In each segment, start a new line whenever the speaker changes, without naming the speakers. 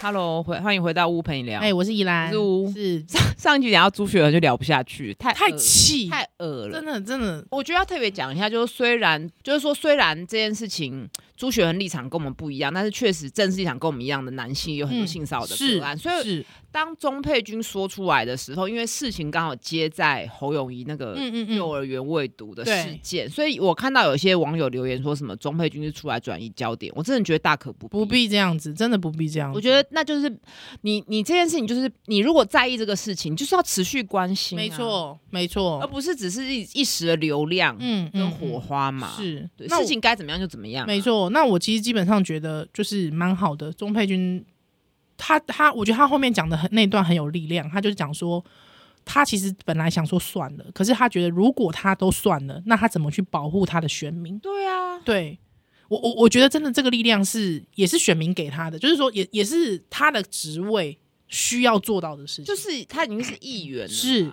Hello，回欢迎回到乌陪你聊。
哎，我是依兰，
我是吴
是
上一集聊到朱雪儿就聊不下去，太
太
恶
气，
太恶了
真。的真的，
我觉得要特别讲一下，就是虽然就是说虽然这件事情朱雪恒立场跟我们不一样，但是确实正式立场跟我们一样的男性有很多
嗯
性骚扰的
是
个案，所以
是
当钟佩君说出来的时候，因为事情刚好接在侯永仪那个
嗯嗯
幼
嗯，
儿园未读的
对
事件，所以我看到有些网友留言说什么钟佩君是出来转移焦点，我真的觉得大可不必。
不必这样子，真的不必这样子。
我觉得那就是你，你这件事情就是你如果在意这个事情，就是要持续关心、啊
没，错没
而
错，
不是只是一一时的流量
嗯
跟
嗯
火花嘛。
是
对，
那我
事情该怎么样就怎么样、啊
没，错。那我其实基本上觉得就是蛮好的，钟佩君。他他，我觉得他后面讲的很那一段很有力量。他就是讲说，他其实本来想说算了，可是他觉得如果他都算了，那他怎么去保护他的选民？
对啊，
对我我我觉得真的这个力量是也是选民给他的，就是说也也是他的职位需要做到的事情，
就是他已经是议员了，
是，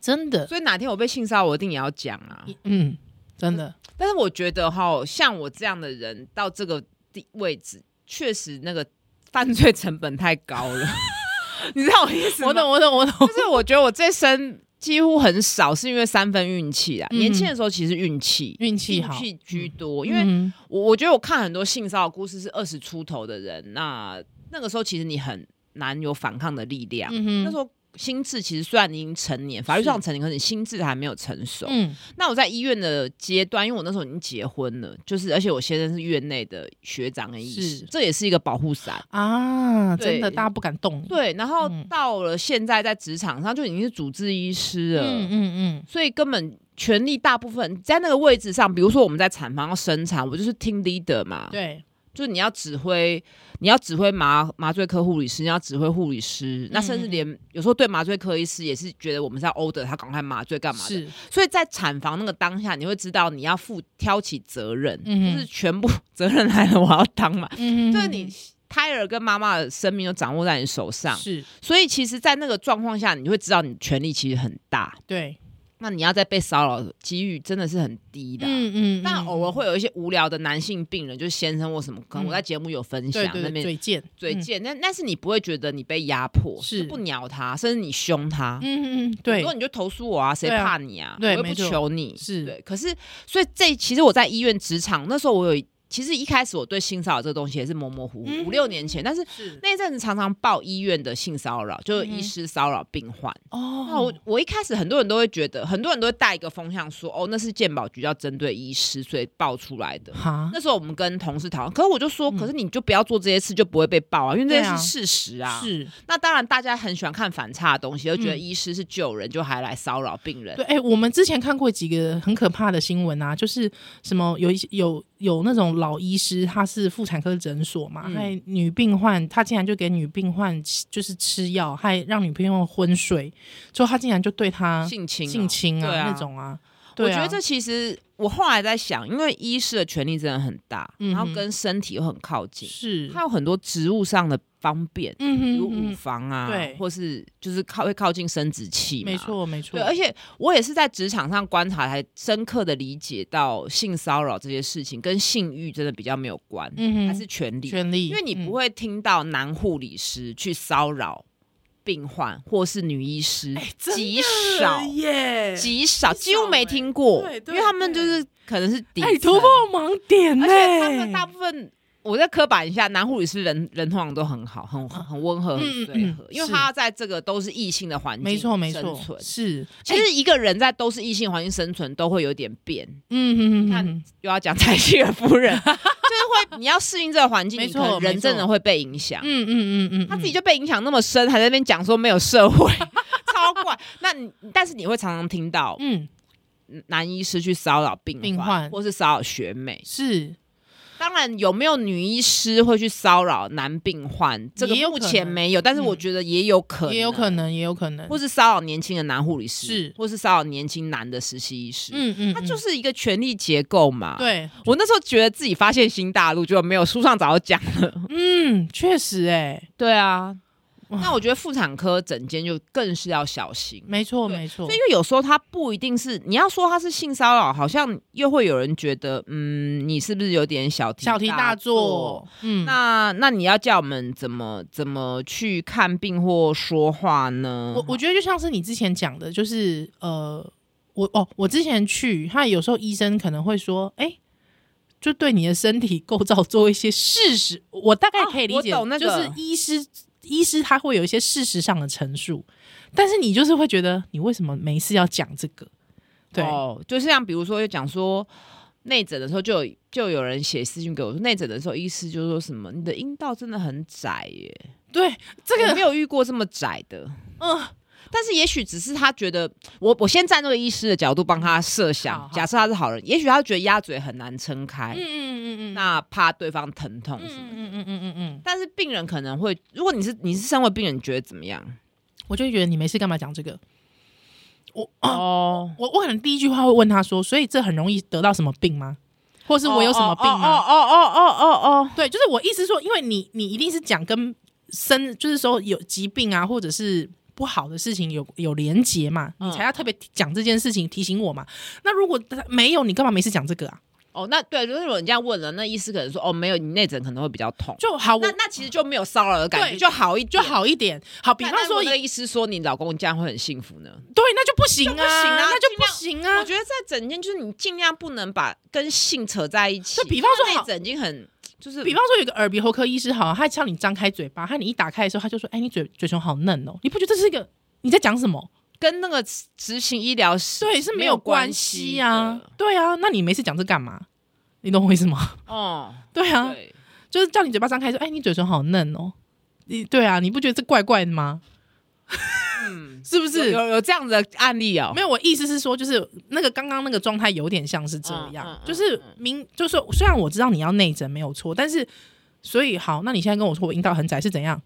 真的，
所以哪天我被性骚扰，我一定也要讲啊。
嗯，真的，
但是我觉得哈，像我这样的人到这个地位置，确实那个犯罪成本太高 了，你知道我意思吗？
我懂我懂我懂，
就是我觉得我这生几乎很少，是因为三分运气啦。
嗯
年轻的时候其实运气。
运气好，
气居多，因为
嗯
我我觉得我看很多性骚扰故事是二十出头的人，那那个时候其实你很难有反抗的力量。
嗯哼
那时候心智其实虽然你已经成年，法律
是
上成年，可是你心智还没有成熟。
嗯
那我在医院的阶段，因为我那时候已经结婚了，就是而且我先生是院内的学长跟医
是
师，这也是一个保护伞。
啊，真的
对
大家不敢动你，
对，然后
嗯
到了现在在职场上就已经是主治医师了，
嗯嗯
所以根本权力大部分在那个位置上，比如说我们在产房要生产，我就是 team leader 嘛
嗯，，对，
就是你要指挥，你要指挥麻麻醉科护理师，你要指挥护理师，
嗯
那甚至连有时候对麻醉科医师也是觉得我们是要 order 他赶快麻醉啊干嘛的，
是，
所以在产房那个当下，你会知道你要负挑起责任，
嗯哼
就是全部责任来了我要当嘛，
嗯
就是你胎儿跟妈妈的生命都掌握在你手上，
是
所以其实，在那个状况下，你会知道你权力其实很大，
对，
那你要再被骚扰，几率真的是很低的啊、
嗯嗯
但偶尔会有一些无聊的男性病人，就是先生或什么，可能我在节目有分享
对对
那
对
边啊
嘴贱
嘴，
嗯
贱，但但是你不会觉得你被压迫，
是
就不鸟他，甚至你凶他，
嗯嗯嗯
如
对
果你就投诉我啊，谁
对啊
怕你啊？
对
我又不
没错
求你，
是
对。可是，所以这其实我在医院职场那时候，我有其实一开始我对性骚扰这个东西也是模模糊糊，
嗯
五六年前，但是。
是
那一阵子常常报医院的性骚扰，就是
嗯
医
哼
师骚扰病患。那
哦
我我一开始很多人都会觉得，很多人都会带一个风向说，哦，那是健保局要针对医师，所以爆出来的。
哈
那时候我们跟同事讨论，可是我就说，
啊嗯
可是你就不要做这些事，就不会被爆啊，因为这
对
些
啊
是事实啊。
是
那当然，大家很喜欢看反差的东西，就觉得
嗯
医师是救人，就还来骚扰病人
对，。哎、我们之前看过几个很可怕的新闻啊，就是什么有一些有有那种老医师，他是妇产科诊所嘛，
嗯
还、女病患，他竟然就给女病患吃就是吃药，还让女病患昏睡，之后他竟然就对她
性侵、
性，侵啊
对啊
那种啊，
我
对
觉
啊
得这其实我后来在想，因为医师的权利真的很大，
嗯哼
然后跟身体又很靠近，
是
他有很多职务上的方便，
嗯
比
哼
如
嗯
乳
哼，
房啊，
对
或是就是靠会靠近生殖器嘛，
没。错没错，
对，而且我也是在职场上观察，才深刻的理解到性骚扰这些事情跟性欲真的比较没有关，
嗯哼
还是权利。
权嗯利，
因为你不
会、
会听到男护理师去骚扰病患或是女医师，
哎真的
极少
耶，
极少，
极少
几乎没听过，
欸对对
因为他们就是可能是底层
哎、突破哎盲点呢、
而且他们大部分。我在刻板一下，男护理师人人通常都很好，很很很温和，很
嗯嗯
随和，
嗯
因为
是
他在这个都是异性的环境
没错没
生
错
存，
是，
其实一个人在都是异性环境生存，都会有点变。
嗯哼哼哼
看
哼，
又要讲柴契尔夫 人，就是会你要适应这个环境，
没
你可
错
能人
没错
真的会被影响。
嗯嗯嗯嗯，
啊他自
嗯
己就被影响那么深，还在那边讲说没有社会， 超怪。那你但是你会常常听到
嗯，
男医师去骚扰病
病患
或是骚扰学妹。
是
当然，有没有女医师会去骚扰男病患？这个
也有
目
可
前
能嗯
没有，但是我觉得也有可能，啊
也有可，能，也有可能，
或
者
是骚扰年轻的男护理师，
是
或是骚扰年轻男的实习医师。
嗯嗯，
它就是是一个权力结构嘛。，
对，
我那时候觉得自己发现新大陆，就没有书上早就讲了。
嗯，确实、欸，哎，
对啊，那我觉得妇产科整间就更是要小心。
没错，
对
没错
所以，，因为有时候他不一定是你要说他是性骚扰，好像又会有人觉得，嗯，你是不是有点小题
小题大做，嗯，
那那你要叫我们怎么怎么去看病或说话呢？
我我觉得就像是你之前讲的，就是呃，我哦，我之前去，他有时候医生可能会说，哎、就对你的身体构造做一些事实，我大概可以理解，
哦我懂那个
就是医师医师他会有一些事实上的陈述，但是你就是会觉得你为什么没事要讲这个？对，
哦，就是像比如说，就讲说内诊的时候就有就有人写私信给我说，内诊的时候医师就说什么你的阴道真的很窄耶，
对，这
我
个
没有遇过这么窄的。
嗯、
但是也许只是他觉得，我我先站那个医师的角度帮他设想，
好好
假设他是好人，也许他觉得鸭嘴很难撑开，
嗯嗯嗯嗯，
那怕对方疼痛
嗯
什么的。
嗯嗯嗯嗯嗯，
但是病人可能会，如果你是你是身为病人，你觉得怎么样？
我就会觉得你没事干嘛讲这个？我
哦，
我我可能第一句话会问他说，所以这很容易得到什么病吗？或是我有什么病吗？
哦哦哦哦哦哦，
对，就是我意思说，因为你你一定是讲跟生，就是说有疾病啊，或者是不好的事情有有连结嘛，
嗯
你才要特别讲这件事情提醒我嘛。那如果他没有，你干嘛没事讲这个啊？
哦，那对，如果你这样问了，那医师可能说，哦，没有，你内诊可能会比较痛。
就好，我
那那其实就没有骚扰的感觉，
对
就好一就。
就好一点。好，比
那
方
那如
说
果那
也，
个医师说你老公这样会很幸福呢？
对，那就不行啊，
就不行啊
那就不行啊
我。觉得在整间就是你尽量不能把跟性扯在一起。
就比方说
因为
好
内诊已经很就是
比方说，有一个耳鼻喉科医师，好，他叫你张开嘴巴，他你一打开的时候，他就说：“哎、你嘴嘴唇好嫩哦。”你不觉得这是一个你在讲什么？
跟那个执行医疗是
对，是没有关系啊
的。
对啊，那你没事讲这干嘛？你懂我意思吗？
哦，
对啊，
对，
就是叫你嘴巴张开说：“哎、你嘴唇好嫩哦。”你对啊，你不觉得这怪怪的吗？
嗯，
是不
有
是？
有有这样的案例哦
没。有，我意思是说，就是那个刚刚那个状态有点像是这样，
嗯嗯嗯
就是明，就是说虽然我知道你要内诊没有错，但是所以好，那你现在跟我说我阴道很窄是怎样，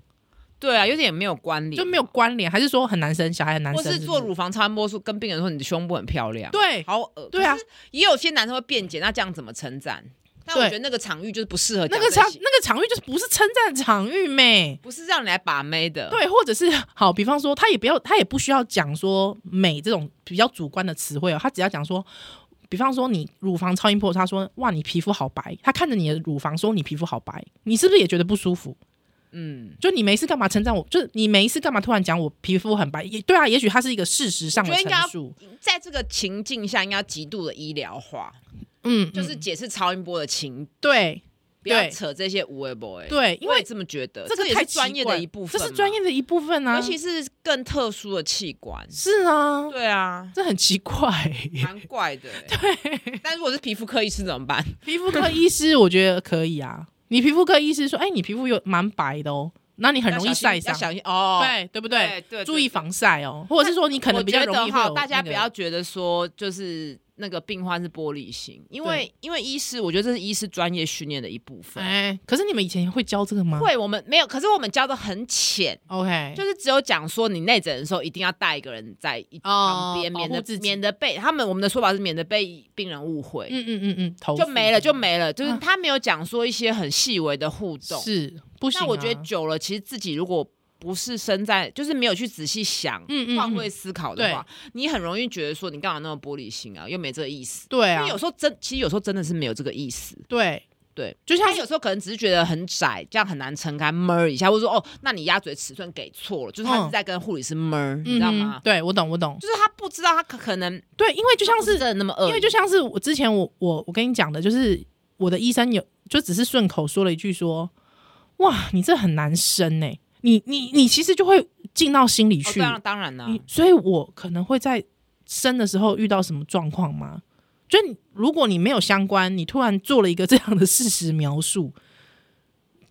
对啊，有点没有关联，
就没有关联，还是说很难生小孩很难
或
生？
是
不
做乳房超音波术，跟病人说你的胸部很漂亮，
对
好恶。
对啊
可是也有些男生会辩解，那这样怎么称赞？但我
对
觉得那个场域就是不适合
那
讲
个
这
场
些
那个场域就是不是称赞场域妹。
不是让你来把妹的。
对，或者是好，比方说，他也不要，他也不需要讲说美这种比较主观的词汇哦，他只要讲说，比方说你乳房超音波，他说哇，你皮肤好白，他看着你的乳房说你皮肤好白，你是不是也觉得不舒服？
嗯，
就你没事干嘛称赞我？就是你没事干嘛突然讲我皮肤很白？也对啊，也许它是一个事实上的
我觉得应该
陈述，
在这个情境下，应该要极度的医疗化，
嗯，
就是
嗯
解释超音波的情，
对
不要
对
扯这些无为 boy。
对，因
我也
为
这么觉得，
这个
也
太
是
奇
专业
怪
的一部分，
这是专，业的一部分啊，
尤其是更特殊的器官。
是啊，
对 啊，
这很奇怪、
蛮怪的欸。但如果是皮肤科医师怎么办？
皮肤科医师，我觉得可以啊。你皮肤科医师说，哎、你皮肤有蛮白的哦，那你很容易
要小
晒
心
伤
要，小心哦。
对啊对不对？
对
注意防晒哦，或者是说你可能比较容
我
易
觉
会
得哈，
有、
大家不要，觉得说就是那个病患是玻璃心，因为因为医师，我觉得这是医师专业训练的一部分。
哎、可是你们以前会教这个吗？
会，我们没有，可是我们教的很浅，
，OK，
就是只有讲说你内诊的时候一定要带一个人在一旁边，
哦保
免
护
得
自己
免得被他们我们的说法是免得被病人误会，
嗯嗯嗯嗯，头
就没了就没了，就是
啊
他没有讲说一些很细微的互动。
是不行、啊。
那我觉得久了，其实自己如果不是身在，就是没有去仔细想、
嗯嗯嗯
换位思考的话，你很容易觉得说你干嘛那么玻璃心啊，又没这个意思。
对
因
啊
为，有时候真，其实有时候真的是没有这个意思。
对
对，
就像
他
是
有时候可能只是觉得很窄，这样很难撑开，闷一下，或者说哦，那你鸭嘴尺寸给错了，就是他
嗯
是在跟护理师闷儿，你知
嗯
道
哼
吗？
对我懂，我懂。
就是他不知道他可可能
对，因为就像
不是
是
真的那么恶意，
因为就像是我之前我我我跟你讲的，就是我的医生有就只是顺口说了一句说，哇，你这很难生呢、你你你其实就会进到心里
哦
去，
对啊当然啦、
你所以我可能会在生的时候遇到什么状况吗？就你如果你没有相关，你突然做了一个这样的事实描述，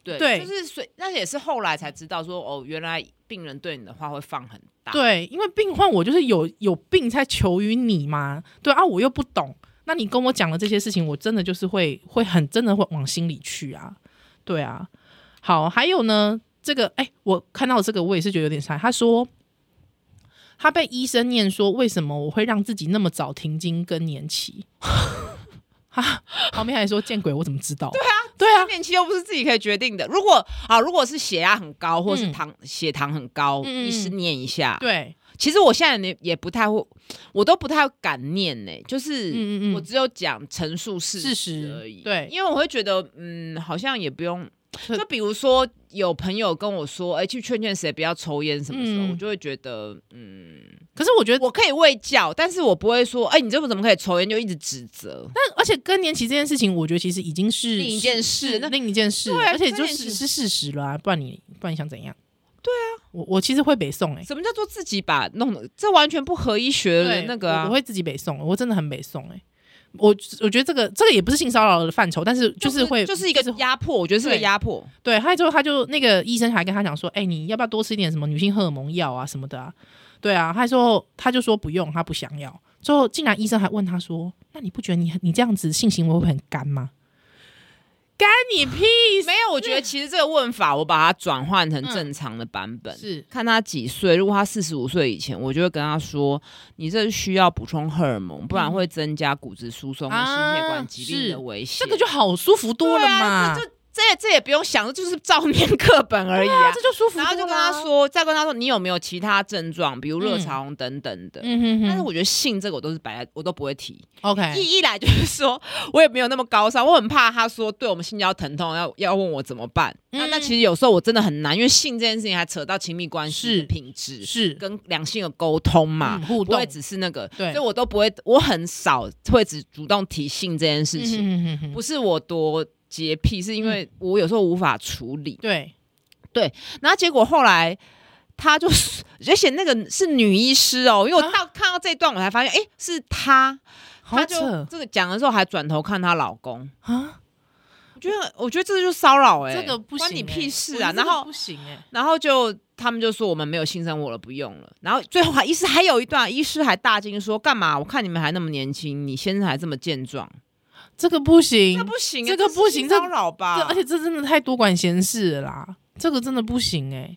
对，
对
就是所以那也是后来才知道说哦，原来病人对你的话会放很大，
对，因为病患我就是有有病才求于你嘛，对啊，我又不懂，那你跟我讲了这些事情，我真的就是会会很真的会往心里去啊，对啊。好，还有呢，这个哎、我看到这个我也是觉得有点傻，他说。他被医生念说，为什么我会让自己那么 早停经更年期？哈，旁边还说见鬼，我怎么知道？对啊，对啊，
年期又不是自己可以决定的。如果啊，如果是血压很高，或是
嗯
糖、血糖很高，
嗯嗯
医师念一下。，
对，
其实我现在也也不太会，我都不太敢念呢、就是。
嗯嗯
我
嗯，
只有讲陈述事
事实
而已，
对
因为我会觉得，嗯，好像也不 用。
可
就比如说，有朋友跟我说，哎、去劝劝谁不要抽烟什么时候，
嗯
我就会觉得，嗯，
可是我觉得
我可以喂教，但是我不会说，哎、你这个怎么可以抽烟，就一直指责。
但而且更年期这件事情，我觉得其实已经是
另一件事
是
那
另一件事，
对啊
而且就
更年期
是是事实了啊，不然你不然你想怎样？对啊，我我其实会北宋哎、
什么叫做自己把弄的？这完全不合医学的
对
那个啊！
我我会自己北宋，欸我真的很北宋哎、我我觉得这个这个也不是性骚扰的范畴，但是就是会
就是一个压迫，我觉得是个
对
压迫。
对，他就他就那个医生还跟他讲说，哎、你要不要多吃一点什么女性荷尔蒙药啊什么的啊？对啊，他说他就说不用，他不想要。最后竟然医生还问他说，那你不觉得你你这样子性行为会很干吗？干你屁
没有，我觉得其实这个问法，我把它转换成正常的版本。
事！
看他几岁，如果他四十五岁以前，我就会跟他说：“你这需要补充荷尔蒙，不然会增加骨质疏松、心
啊
血管疾病
是
的危险。”
这个就好舒服多了
对啊
嘛，
这就这这也不用想，这就是照 念课本而已啊
这就舒服多
然
了啊。
后就跟他说，再跟他说你有没有其他症状，比如热潮红等等的。
嗯哼哼，
但是我觉得性这个我都是摆在，我都不会提。
OK，
一一来就是说，我也没有那么高尚，我很怕他说对我们性交疼痛要要问我怎么办。那
嗯
那其实有时候我真的很难，因为性这件事情还扯到亲密关系
是
的品质，
是
跟两性的沟通嘛，
嗯互
不会
动
只是那个，
对
所以我都不会，我很少会只主动提性这件事情。
嗯哼嗯哼哼
不是我多洁癖，是因为我有时候无法处理。
对，
然后结果后来他就是， 而且那个是女医师哦，因为我
啊
到、看到这一段，我才发现，哎，是她。
好
她就
扯
这个讲的时候，还转头看她老公。
啊，
我觉得，我觉得这就是骚扰哎、
这个不行欸，
关你屁事
我
啊！
觉得这
然
个
后
不，行哎，
然后就他们就说我们没有性生活了，不用了。然后最后还医师还有一段，医师还大惊说干嘛？我看你们还那么年轻，你先生还这么健壮，
这个不行，
这不行欸、
这个
是
不行
性
这
骚扰吧？
这而且这真的太多管闲事了啦，这个真的不行哎、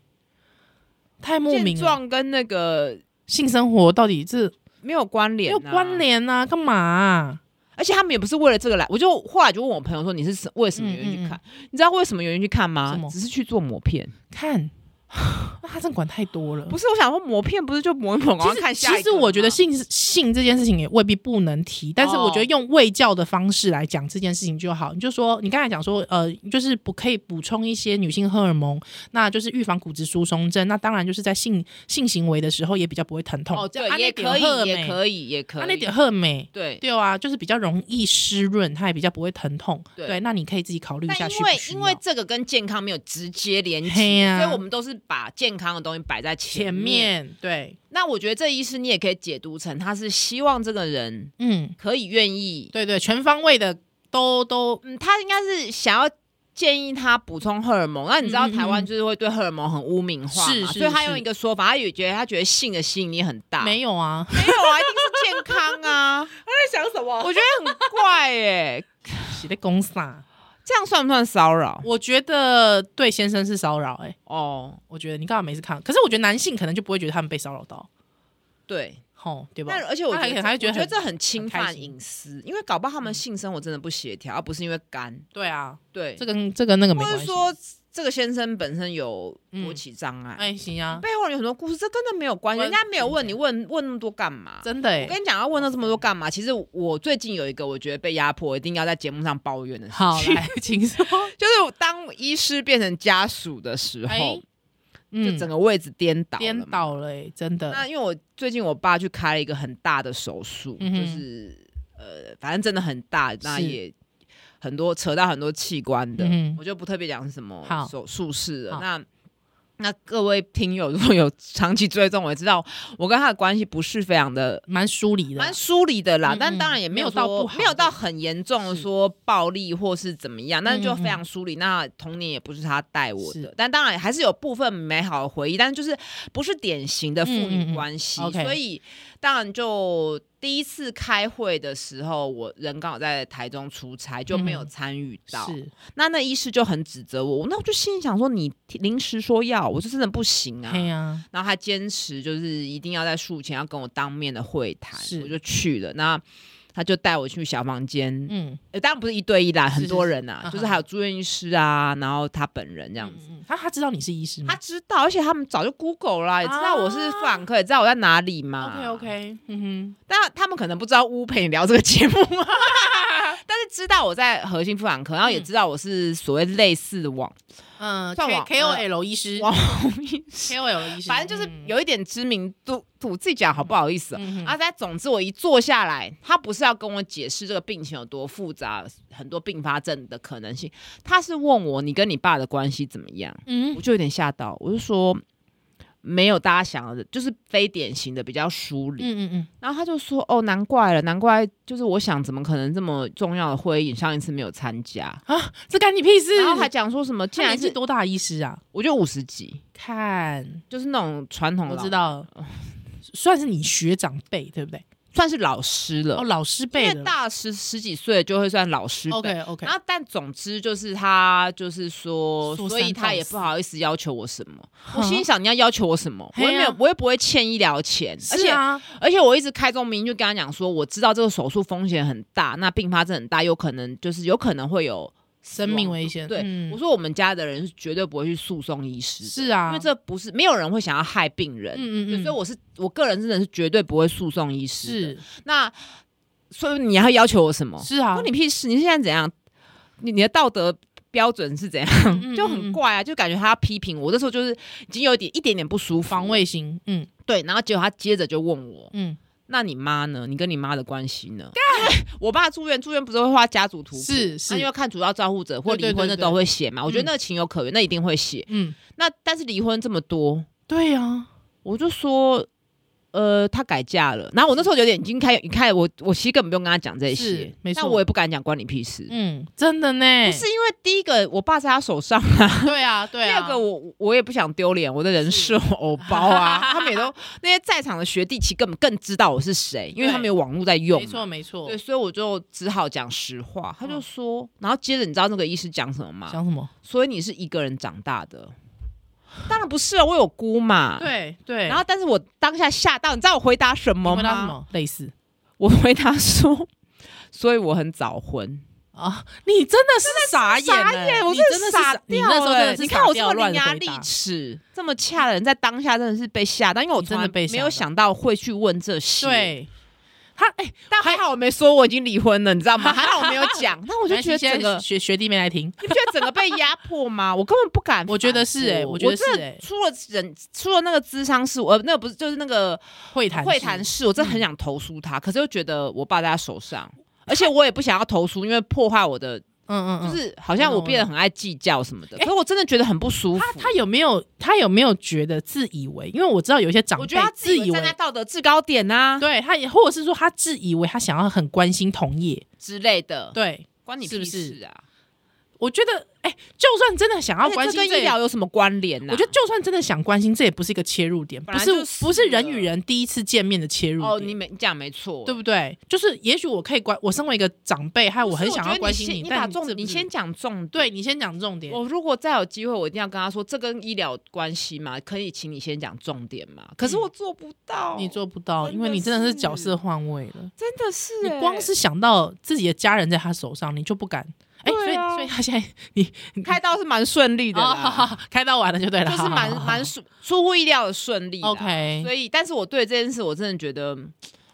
太莫
健
名啊了。
壮跟那个
性生活到底这
没有关
没
联、
有关。联啊？干嘛啊、
而且他们也不是为了这个来，我就后来就问我朋友说你是什为什么原因去看？你知道为什么原因去看吗
嗯什？么
只是去做磨片，
看， 那他真的管太多了。
不是？我想说磨片不是就磨一磨，然后
其
看
实，
下一个
其实我觉得
吗
性性这件事情也未必不能提，但是
哦
我觉得用卫教的方式来讲这件事情就好。你就说，你刚才讲说，呃，就是不可以补充一些女性荷尔蒙，那就是预防骨质疏松症。那当然就是在性性行为的时候也比较不会疼痛。
哦，对，
啊
也
那点
可
荷
以，也
美
可以，也可
啊
以，
那点荷美。
对。
对啊，就是比较容易湿润，它也比较不会疼痛。
对
对，那你可以自己考虑一
但
下
因
需不
为
需
因为
要
这个跟健康没有直接连
嘿
接，
呀
所以我们都是把健康的东西摆在前
前
嗯
面对，
那我觉得这医师你也可以解读成他是希望这个人
嗯，
可以愿意
对对，全方位的都都
嗯，他应该是想要建议他补充荷尔蒙。那你知道
嗯嗯嗯
台湾就是会对荷尔蒙很污名化嘛，
是是
所以他
是
用一个说法，他也觉得他觉得性的吸引力很大。
没有啊。
没有啊，一定是健康 啊！
在想什么？
我觉得很怪哎、
写的公撒，
这样算不算骚扰？
我觉得对先生是骚扰。哎，
哦，
我觉得你干嘛没事看？可是我觉得男性可能就不会觉得他们被骚扰到，
对，
吼，对吧
但？而且我
他
觉得
还
这，
他还
我
觉
觉
得
得
很
这很侵
开
犯
心嗯
隐私，因为搞不好他们性生活真的不协调，而不是因为肝。
对啊，
对，
这跟这跟那个没
或
关
是
系。
说这个先生本身有
嗯
勃起障碍，
哎，行啊，
背后有很多故事，这跟那没有关系，
关
人家没有问
真的
你问问那么多干嘛？
真的哎
我。跟你讲，要问到这么多干嘛？其实我最近有一个我觉得被压迫，一定要在节目上抱怨的事
好，
情，
来，请说。
就是当医师变成家属的时候，
哎，
就整个位置颠倒了嘛
颠。倒了，哎，真的。
那因为我最近我爸去开了一个很大的手术，
嗯哼
就是呃，反正真的很大，那
是
也很多扯到很多器官的，
嗯哼
我就不特别讲是什么
好
手术室了。
好
那那各位听友如果有长期追踪，我也知道我跟他的关系不是非常的
蛮疏离的啦，
蛮疏离的啦，
嗯
但
嗯
当然也没有
没有到
说
不好
没有到很严重的
是
说暴力或是怎么样，但是就
嗯嗯
非常疏离。那童年也不是他带我的
是，
但当然还是有部分美好的回忆，但是就是不是典型的父
嗯嗯
女
嗯
关系，
OK
所以当然就第一次开会的时候，我人刚好在台中出差，就没有
嗯
参与到。
是
那那医师就很指责我，那我就心里想说，你临时说要，我是真的不行啊。
嘿呀，
然后他坚持就是一定要在术前要跟我当面的会谈，
是
我就去了。那他就带我去小房间，
嗯，
呃当然不是一对一啦，
是
很多人呐、
是
就是还有住院医师啊，然后他本人这样子。
嗯他啊他知道你是医师
他
吗
知道，而且他们早就 Google 啦，也知道我是妇产科，也知道我在哪里嘛。
？OK OK，嗯
但他们可能不知道乌陪你聊这个节目，啊 但是知道我在核心妇产科，然后
嗯
也知道我是所谓类似的网
哼，嗯
算
，K
网呃
K O L 医师
网红医师，
，K O L 医师，
反正就是
嗯
有一点知名度，我自己讲好不好意思哦
嗯哼
啊，但总之我一坐下来，他不是要跟我解释这个病情有多复杂，很多并发症的可能性，他是问我你跟你爸的关系怎么样，
嗯
我就有点吓到，我就说没有大家想的，就是非典型的比较疏离。
嗯嗯嗯，
然后他就说哦，难怪了，难怪就是我想怎么可能这么重要的会议上一次没有参加，
这干你屁事？
然后还讲说什么竟
他
然
年纪
是
多大？医师啊？
我就五十几，
看，
就是那种传统
我
老
知道了，算是你学长辈对不 对？
算是老师了。
哦，老师
因
辈
为
的。
大十十几岁就会算老师辈
OK OK，
然后，但总之就是他就是说，
说
所以
三
他
道
也
四
不好意思要求我什 么。我心里想，你要要求我什么？我
嘿
也没有
啊，
我也不会欠医疗钱。而
是
且，
啊，
而且我一直开宗明义就跟他讲说，我知道这个手术风险很大，那并发症很大，有可能就是有可能会有
生命危险。
对
嗯
我说我们家的人是绝对不会去诉讼医师的，
是啊
因为这不是没有人会想要害病人。
嗯
对
嗯嗯，
所以我是我个人真的是绝对不会诉讼医师的。
是
那所以你还要求我什么？
是啊
关，你屁事！你现在怎样？你你的道德标准是怎样？
嗯
就很
嗯嗯
怪啊，就感觉他要批评我。那时候就是已经有一点一点点不舒服，
防卫型，嗯
对。然后结果他接着就问我
嗯，：“
那你妈呢？你跟你妈的关系 呢？”因为我爸住院，住院不是会画家族图谱，
是是
那因为看主要照顾者或离
对对
婚的
对
都会写嘛。我觉得
嗯
那情有可原，那一定会写。
嗯，
那但是离婚这么多，
对啊呀，
我就说。呃，他改嫁了，然后我那时候有点已经开，你看我，我其实根本不用跟他讲这些
是，没
但
错
我也不敢讲，关你屁事。
嗯，真的呢，
不是因为第一个我爸在他手上啊，
对啊，对
第
啊，
二个我我也不想丢脸，我的人设偶包 啊，他们也都那些在场的学弟其实根本更知道我是谁，因为他们有网络在用
没
嘛。
错没错
对，，所以我就只好讲实话。他就
嗯
说，然后接着你知道那个医师讲什么吗？
想什么？
所以你是一个人长大的，当然不是啊，我有姑嘛。。
对对，
然后，但是我当下吓到，你知道我回答什
你
么
回
吗？
答什么？类似
我回答说， 所以我很早婚。
啊，你真的是傻眼欸，
傻眼，我
你
真
真的是
傻
傻
掉、欸。
你那时候真的是
你看我这
傻掉
么伶
乱
牙
回
俐
答
齿，这么恰的人，在当下真的是被吓到，因为我
你
从
真
来
的被吓
没有
到
想到会去问这些。，
对。他哎，
但还好我没说我已经离婚了，你知道吗？还好我没有 讲。但我
我
就觉得整个，
学学弟妹来听，
你不觉得整个被压迫吗？我根本不敢。
我觉得是欸我觉得是
真的
欸
出了人，出了那个智商室，我那个不是就是那个
会谈
会
室嗯
谈室，我真的很想投诉他，可是又觉得我爸在他手上。而且我也不想要投诉，因为破坏我的，
嗯嗯嗯，
就是好像
我
我
懂
变得
我
很爱计较什么的。
欸
可是我真的觉得很不舒服。
他有没有他有没有觉得自以为？因为我知道有一些长
我
辈
觉得他自
自
己
以
站在
为，
道德制高点啊呐、
对他也或者是说他自以为他想要很关心同业，
之类的，
对
关你
是
屁
不是
事啊！
我觉得哎、就算真的想要
而且
关
这
心
跟
这
医
也
疗有什么关联啊呢、
我觉得就算真的想关心，这也不是一个切入点，
本
不
来
是
就是
不是
了
人与人第一次见面的切入
哦，你
点，
没你讲没错，
对
不
不对？就是也许我可以关，我身为一个长辈，还有
是
很想
觉
要
得
关
你
心
先你
但
把重
是不
你
是
先讲重
对
点。
你先讲重点，
我如果再有机会，我一定要跟他说，这跟医疗有关系吗？可以，请你先讲重点嘛。可是我嗯做不到，
你做不到，
真
因为
的
你真的是
是
角色换位了。
真的是、
你
欸
光是想到自己的家人在他手上，你就不敢。哎、所
对
以
啊
所 以他现在你
开刀是蛮顺利的
哦
啦，
好好好开到完了就对了，
就是蛮蛮
好
出出乎意料的顺利啦。
好好 OK。
所以，但是我对这件事，我真的觉得，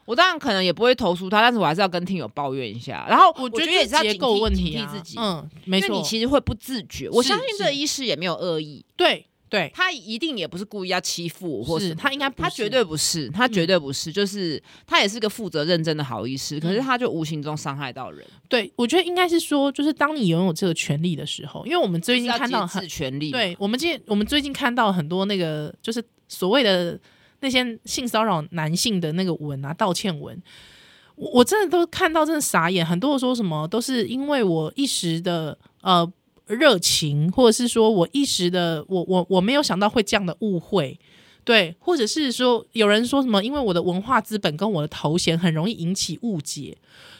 我当然可能也不会投诉他，但是我还是要跟听友抱怨一下。然后
我
觉
觉
得也
得
是要
结
警
构
惕
问
警
题
惕
啊，
自己，
嗯，没
因为
错
你，其实会不自觉。我
是
相信这
是
个医师也没有恶意，
对对，
他一定也不是故意要欺负我，或
是
什么
他应该不
他
是嗯
绝对不是，他绝对不是，就是他也是个负责认真的好医师，
嗯
可是他就无形中伤害到人，
对，我觉得应该是说，就是当你拥有这个权利的时候，因为我们最
就是
近
要
看到
节
很
制，权利。，
对我们今我们最近看到很多那个就是所谓的那些性骚扰男性的那个文啊，道歉文。我我真的都看到，真的傻眼。很多人说什么都是因为我一时的呃热情，或者是说我一时的我我我没有想到会这样的误会，对，或者是说有人说什么，因为我的文化资本跟我的头衔很容易引起误解，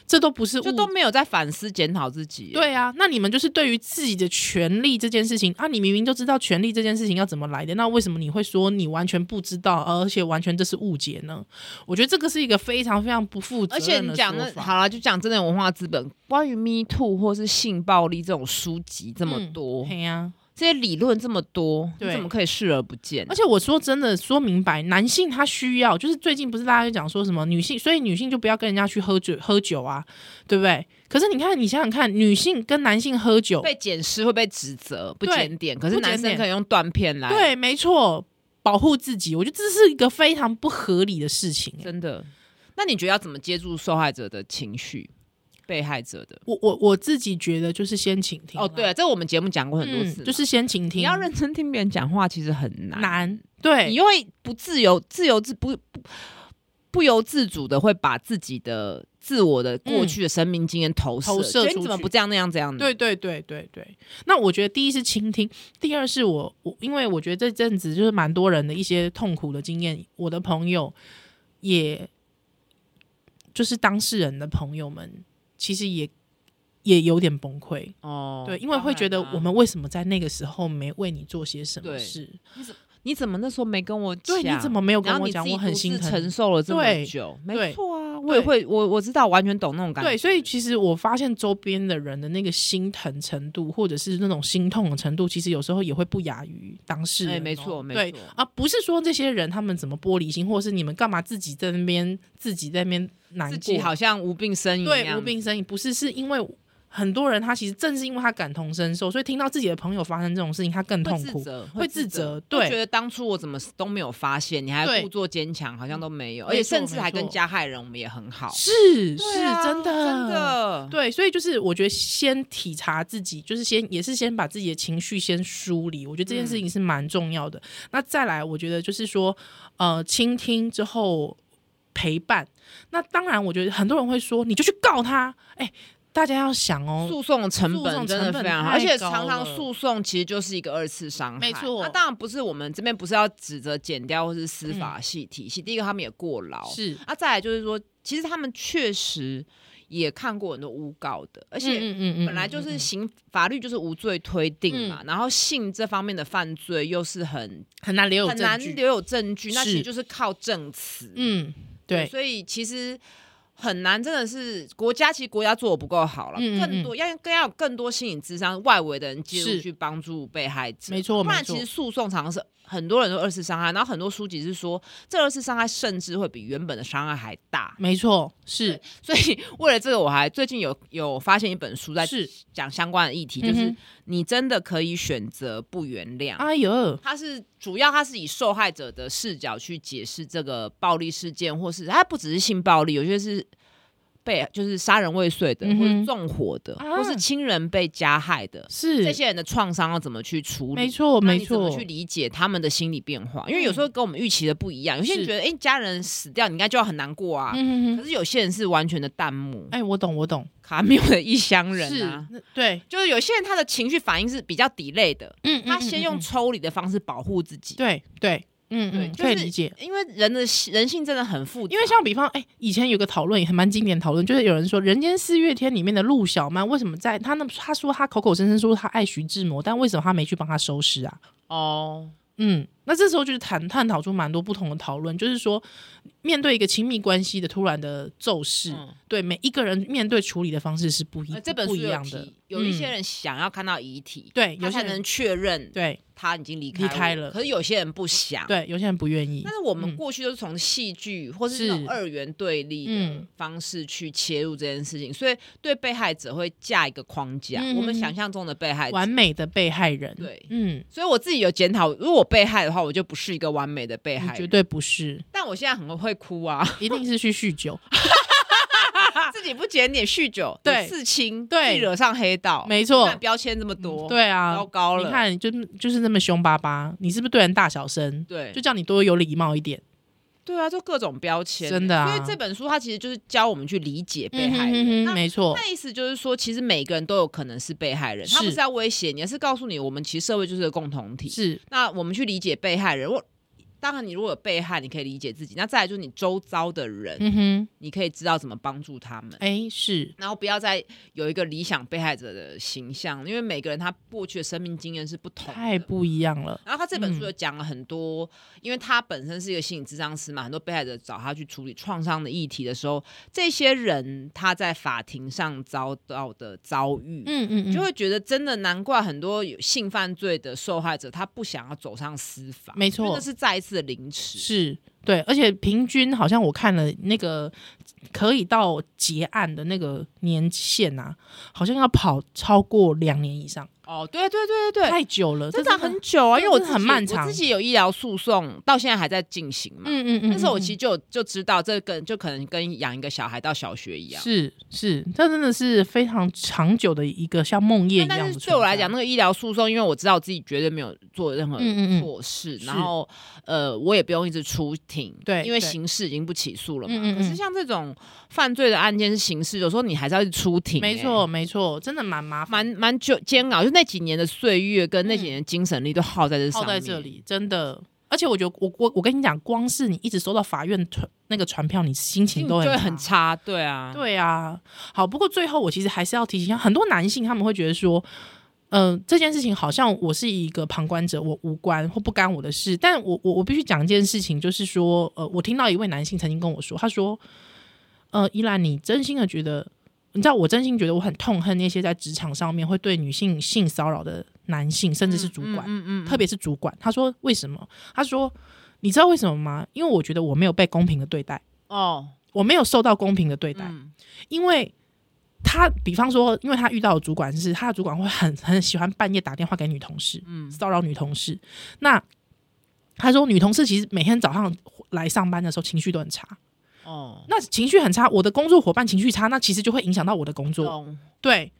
这都不是误
就都没有在反思检讨自己。，
对啊，那你们就是对于自己的权利这件事情啊，你明明就知道权利这件事情要怎么来的，那为什么你会说你完全不知道，而且完全这是误解呢？我觉得这个是一个非常非常不负责
而且
任的
你
说
讲的
法
好了，就讲真的文化资本，关于 Me Too 或是性暴力这种书籍这么
嗯
多，
嘿呀、
这些理论这么多，你
对
怎么可以视而不见
而？且我说真的，说明白，男性他需要，就是最近不是大家就讲说什么女性，所以女性就不要跟人家去喝酒喝酒啊，对不对？可是你看，你想想看，女性跟男性喝酒，
被检视会被指责不
对
检点，可是
不检
男生
点
可以用断片来，，
对，没错，保护自己，我觉得这是一个非常不合理的事情、欸
真的。那你觉得要怎么接住受害者的情绪？被害者的
我我我自己觉得就是先倾听啦
哦，对、啊，这我们节目讲过很多次嘛、
就是先倾听，
你要认真嗯听别人讲话，其实很难。
难，
你
对
又会不自由、自由自不不不由自主的会把自己的自我的过去的生命经验嗯投射，
投射
觉得
出
你怎么
去
不这样那样这样的？
对对对对对。那我觉得第一是倾听，第二是我我因为我觉得这阵子就是蛮多人的一些痛苦的经验，我的朋友也就是当事人的朋友们，其实也也有点崩溃。
哦，
对，因为
当
会
然
觉得
啊
我们为什么在那个时候没为你做些什么
对
事？
你怎么那时候没跟我讲？
对，你怎么没有
然
跟
后
我
你自
讲？
己
我很
独自
心疼。
承受了这么
对
久，
对
没错啊，我也
对
会，我我知道，完全懂那种感觉。
对，所以其实我发现周边的人的那个心疼程度，或者是那种心痛的程度，其实有时候也会不亚于当事人、
哎
哦
没错没
对
错
啊，不是说这些人他们怎么玻璃心，或是你们干嘛自己在那边自己在那边难过，
自己好像无病呻吟一
对
样，
无病呻吟，不是是因为很多人他其实正是因为他感同身受，所以听到自己的朋友发生这种事情，他更
会
痛
自
苦。
责，
会自责
会
对
觉得当初我怎么都没有发现，你还
对
故作坚强，好像都没有，
没
而且
错
甚至
没
还跟
错
加害人，我们也很好，
是是、
对啊
真的
真的，
对，所以就是我觉得先体察自己，就是先也是先把自己的情绪先梳理，我觉得这件事
嗯
情是蛮重要的。那再来，我觉得就是说，呃，倾听之后陪伴。那当然，我觉得很多人会说，你就去告他。哎，大家要想哦，
诉讼成
诉
本
讼
真的
成本
非常好，
太
而且
高
常常
了
诉讼其实就是一个二次伤害。
没错嗯
那当然不是我们这边不是要指责减掉或是司法系体系，第一个他们也过劳，
是
啊，再来就是说，其实他们确实也看过很多诬告的，而且。
嗯
本来就是刑法律就是无罪推定嘛，然后性这方面的犯罪又是很
很难留有
很难
证据。
留有证据，那其实
是
就是靠证词。
嗯，对，
所以其实很难，真的是国家其实国家做的不够好了，
嗯嗯嗯
更多要更要有更多心理智商外围的人介入
是
去帮助被害者，
没错
不然
没错
其实诉讼常常是很多人都二次伤害，然后很多书籍是说这二次伤害甚至会比原本的伤害还大，
没错，是
对所以 为了这个，我还最近有有发现一本书在
是。
讲相关的议题，
嗯
就
哼
是你真的可以选择不原谅。
哎呦，
它是主要，它是以受害者的视角去解释这个暴力事件，或是它不只是性暴力，有些是被就是杀人未遂的，
嗯哼
或是纵火的，
啊
或是亲人被加害的，这
是，
些人的创伤要怎么去处理？
没错
那
没
你怎么
错
去，理解他们的心理变化？因为有时候跟我们预期的不一样，有些人
是
觉得，哎、家人死掉，你应该就要很难过啊。
嗯哼
可
哼，
是有些人是完全的淡漠，
哎，我懂我懂，
卡缪的异乡
是
人啊，，
那对，
就是有些人他的情绪反应是比较 delay 的，
嗯
他先用抽离的方式保护自己。
对对，嗯
对
嗯，
就
可以
是
理解。
因为人的心人性真的很复杂，
因为像比方，哎、以前有个讨论也很蛮经典的讨论，就是有人说《人间四月天》里面的陆小曼为什么在她那她说她口口声声说她爱徐志摩，但为什么她没去帮他收尸啊？
哦，
嗯，那这时候就是谈探讨出蛮多不同的讨论，就是说面对一个亲密关系的突然的骤逝，
嗯
对每一个人面对处理的方式是不一、
呃这本
不
书
一
有
样的
提，，有一些
嗯、
人想要看到遗体，
对，
他
有些
才
人
能确认
对
他已经离开
离开
我
了
可是有些人不想，。
对，有些人不愿意
但，是我们
嗯
过去都是从戏剧或是那种
是
二元对立的
嗯
方式去切入这件事情，所以对被害者会架一个框架，
嗯
我们
嗯嗯
想象中的被害者
完美的被害人，
对
嗯，
所以我自己有检讨，如果我被害的话，我就不是一个完美的被
你
害
绝
人。
对不是，
但我现在很会哭 啊，
一定是去酗酒，
自己不检点酗酒，
对
有刺青，
对
自己惹上黑道，
没错
你看标签这么多，，
对啊，
糟糕了，
你看，就就是那么凶巴巴，你是不是对人大小声？
对
就，叫你多有礼貌一点。
对啊，就各种标签，
真的啊
所以这本书它其实就是教我们去理解被害
嗯
人。
哼哼
那
没错，
那意思就是说，其实每个人都有可能是被害人，他不
是
是在威胁你，而是告诉你，我们其实社会就是个共同体。
是
那我们去理解被害人，我当然，你如果有被害，你可以理解自己。那再来就是你周遭的人，
嗯哼，
你可以知道怎么帮助他们。
哎、是，
然后不要再有一个理想被害者的形象，因为每个人他过去的生命经验是不同
太
的。
不一样了。
然后他这
嗯
本书有讲了很多，因为他本身是一个心理咨商师嘛，很多被害者找他去处理创伤的议题的时候，这些人他在法庭上遭到的遭遇，
嗯嗯嗯，
就会觉得真的难怪很多有性犯罪的受害者，他不想要走上司法，
没错
因为那是再一次的凌迟。
是对，而且平均好像我看了那个可以到结案的那个年限啊，好像要跑超过两年以上，
哦，对对对对对，
太久了，
真
这
的很久啊，因
这
为我
真
自己
的很漫长
我自己有医疗诉讼，到现在还在进行嘛。
嗯嗯嗯，
那时候我其
实
实就就知道，这跟就可能跟养一个小孩到小学一样。
是是，这真的是非常长久的一个像梦魇一样
但
的
是
存
对我来
在
讲，，那个医疗诉讼，因为我知道我自己绝对没有做任何
嗯嗯嗯
错事，
是
然后呃，我也不用一直出庭，
对
因为
对
刑事已经不起诉了嘛。
嗯嗯嗯
可是像这种犯罪的案件是刑事，有时候你还是要去出庭、
没
欸
错没错，真的蛮麻烦
蛮蛮久煎熬，就那几年的岁月跟那几年的精神力都耗在这上
嗯耗
面。
在这，里，真的。而且我觉得我，我我跟你讲，光是你一直收到法院传那个传票，你心情
就
都
会
很
很差，
差
对啊，
对啊，好，不过最后我其实还是要提醒一下，很多男性他们会觉得说，嗯、这件事情好像我是一个旁观者，我无关或不干我的事。但我我我必须讲一件事情，就是说，呃，我听到一位男性曾经跟我说，他说，呃，依兰，你真心的觉得，你知道，我真心觉得我很痛恨那些在职场上面会对女性性骚扰的男性，甚至是主管。
嗯嗯嗯
特别是主管，他说为什么？他说你知道为什么吗？因为我觉得我没有被公平的对待，
哦，
我没有受到公平的对待。
嗯
因为他，比方说，因为他遇到的主管是他的主管会很很喜欢半夜打电话给女同事，
嗯
骚扰女同事。那他说，女同事其实每天早上来上班的时候情绪都很差。
哦，
那情绪很差，我的工作伙伴情绪差，那其实就会影响到我的工作。
懂。
对，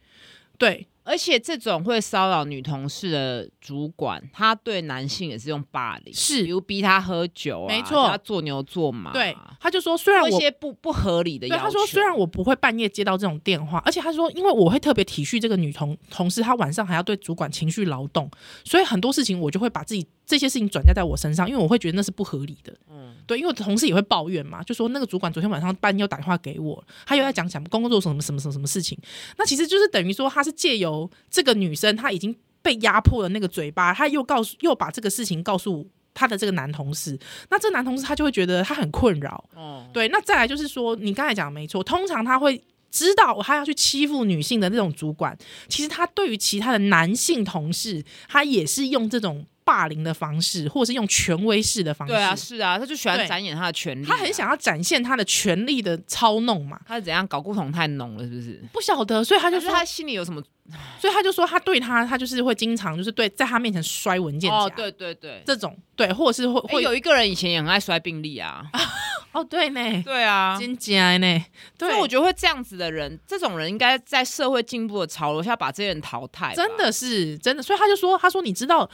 对，
而且这种会骚扰女同事的主管，他对男性也是用霸凌，
是
比如逼他喝酒啊，
没错
叫他做牛做马，啊
对，他就说，虽然
做一
我。
些不不合理的要
对，
求。
他说虽然我不会半夜接到这种电话，而且他说因为我会特别体恤这个女同同事，她晚上还要对主管情绪劳动，所以很多事情我就会把自己这些事情转嫁在我身上，因为我会觉得那是不合理的。
嗯，
对，因为我同事也会抱怨嘛，就说那个主管昨天晚上半夜又打电话给我，他又在讲讲工作什么什么什么什么事情。那其实就是等于说，他是借由这个女生，她已经被压迫的那个嘴巴，她又告诉又把这个事情告诉她的这个男同事。那这个男同事他就会觉得他很困扰。
哦，
对，那再来就是说，你刚才讲的没错，通常他会。知道他要去欺负女性的那种主管，其实他对于其他的男性同事，他也是用这种霸凌的方式，或者是用权威式的方式。
对啊，是啊，他就喜欢
对
展演他的权利、啊
他很。想要展现他的权力的操弄嘛，
他是怎样搞固酮太浓了，是不是？
不晓得，所以他就
就是
说，
他心里有什么
所以他就说他对他，他就是会经常就是对在他面前摔文件夹，
哦，对对对，
这种对，或者是会
哎、
会、
有一个人以前也很爱摔病历啊，
哦对呢，
对 啊。
真假呢，
所
对，
以我觉得会这样子的人，这种人应该在社会进步的潮流下把这些人淘汰吧。
真的是真的，所以他就说，他说你知道。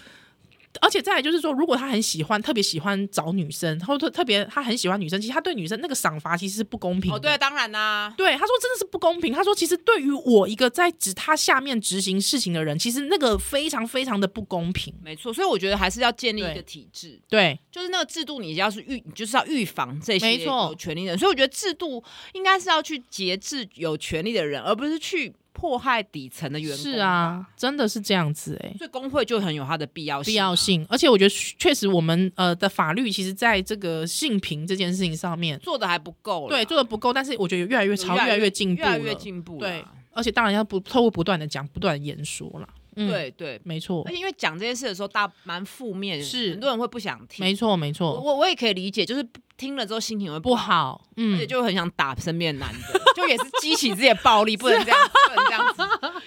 而且再来就是说，如果他很喜欢，特别喜欢找女生，然后特特别他很喜欢女生，其实他对女生那个赏罚其实是不公平的。
哦，对，当然啦、
对，他说真的是不公平。他说其实对于我一个在指他下面执行事情的人，其实那个非常非常的不公平。
没错。所以我觉得还是要建立
对
一个体制，
对，
就是那个制度，你要是预，你就是要预防这些
没错
有权利的人。所以我觉得制度应该是要去节制有权利的人，而不是去迫害底层的员工。
是，啊，真的是这样子哎、
所以工会就很有它的必要性、啊
必要。性，而且我觉得确实我们呃的法律其实在这个性平这件事情上面，
做的还不够啦，
对做的不够，但是我觉得越来越
有
朝
哦啊越
来越进步
越
了，
来越进步啦。
对，而且当然要不透过不断的讲，不断的言说啦，嗯，，
对哎对，
没错
而，且因为讲这件事的时候，大蛮负面，
是
很多人会不想听。
没错，没
我
错，
我我也可以理解，就是听了之后心情会
不
不好，
好，
而
嗯
且，就很想打身边的男的，就也是激起自己的暴力，不能这样，不能这样子，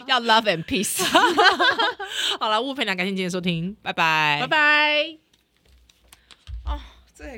要 love and peace。
哎好了，物非良，感谢今天的收听，
拜拜，
拜。拜。
这个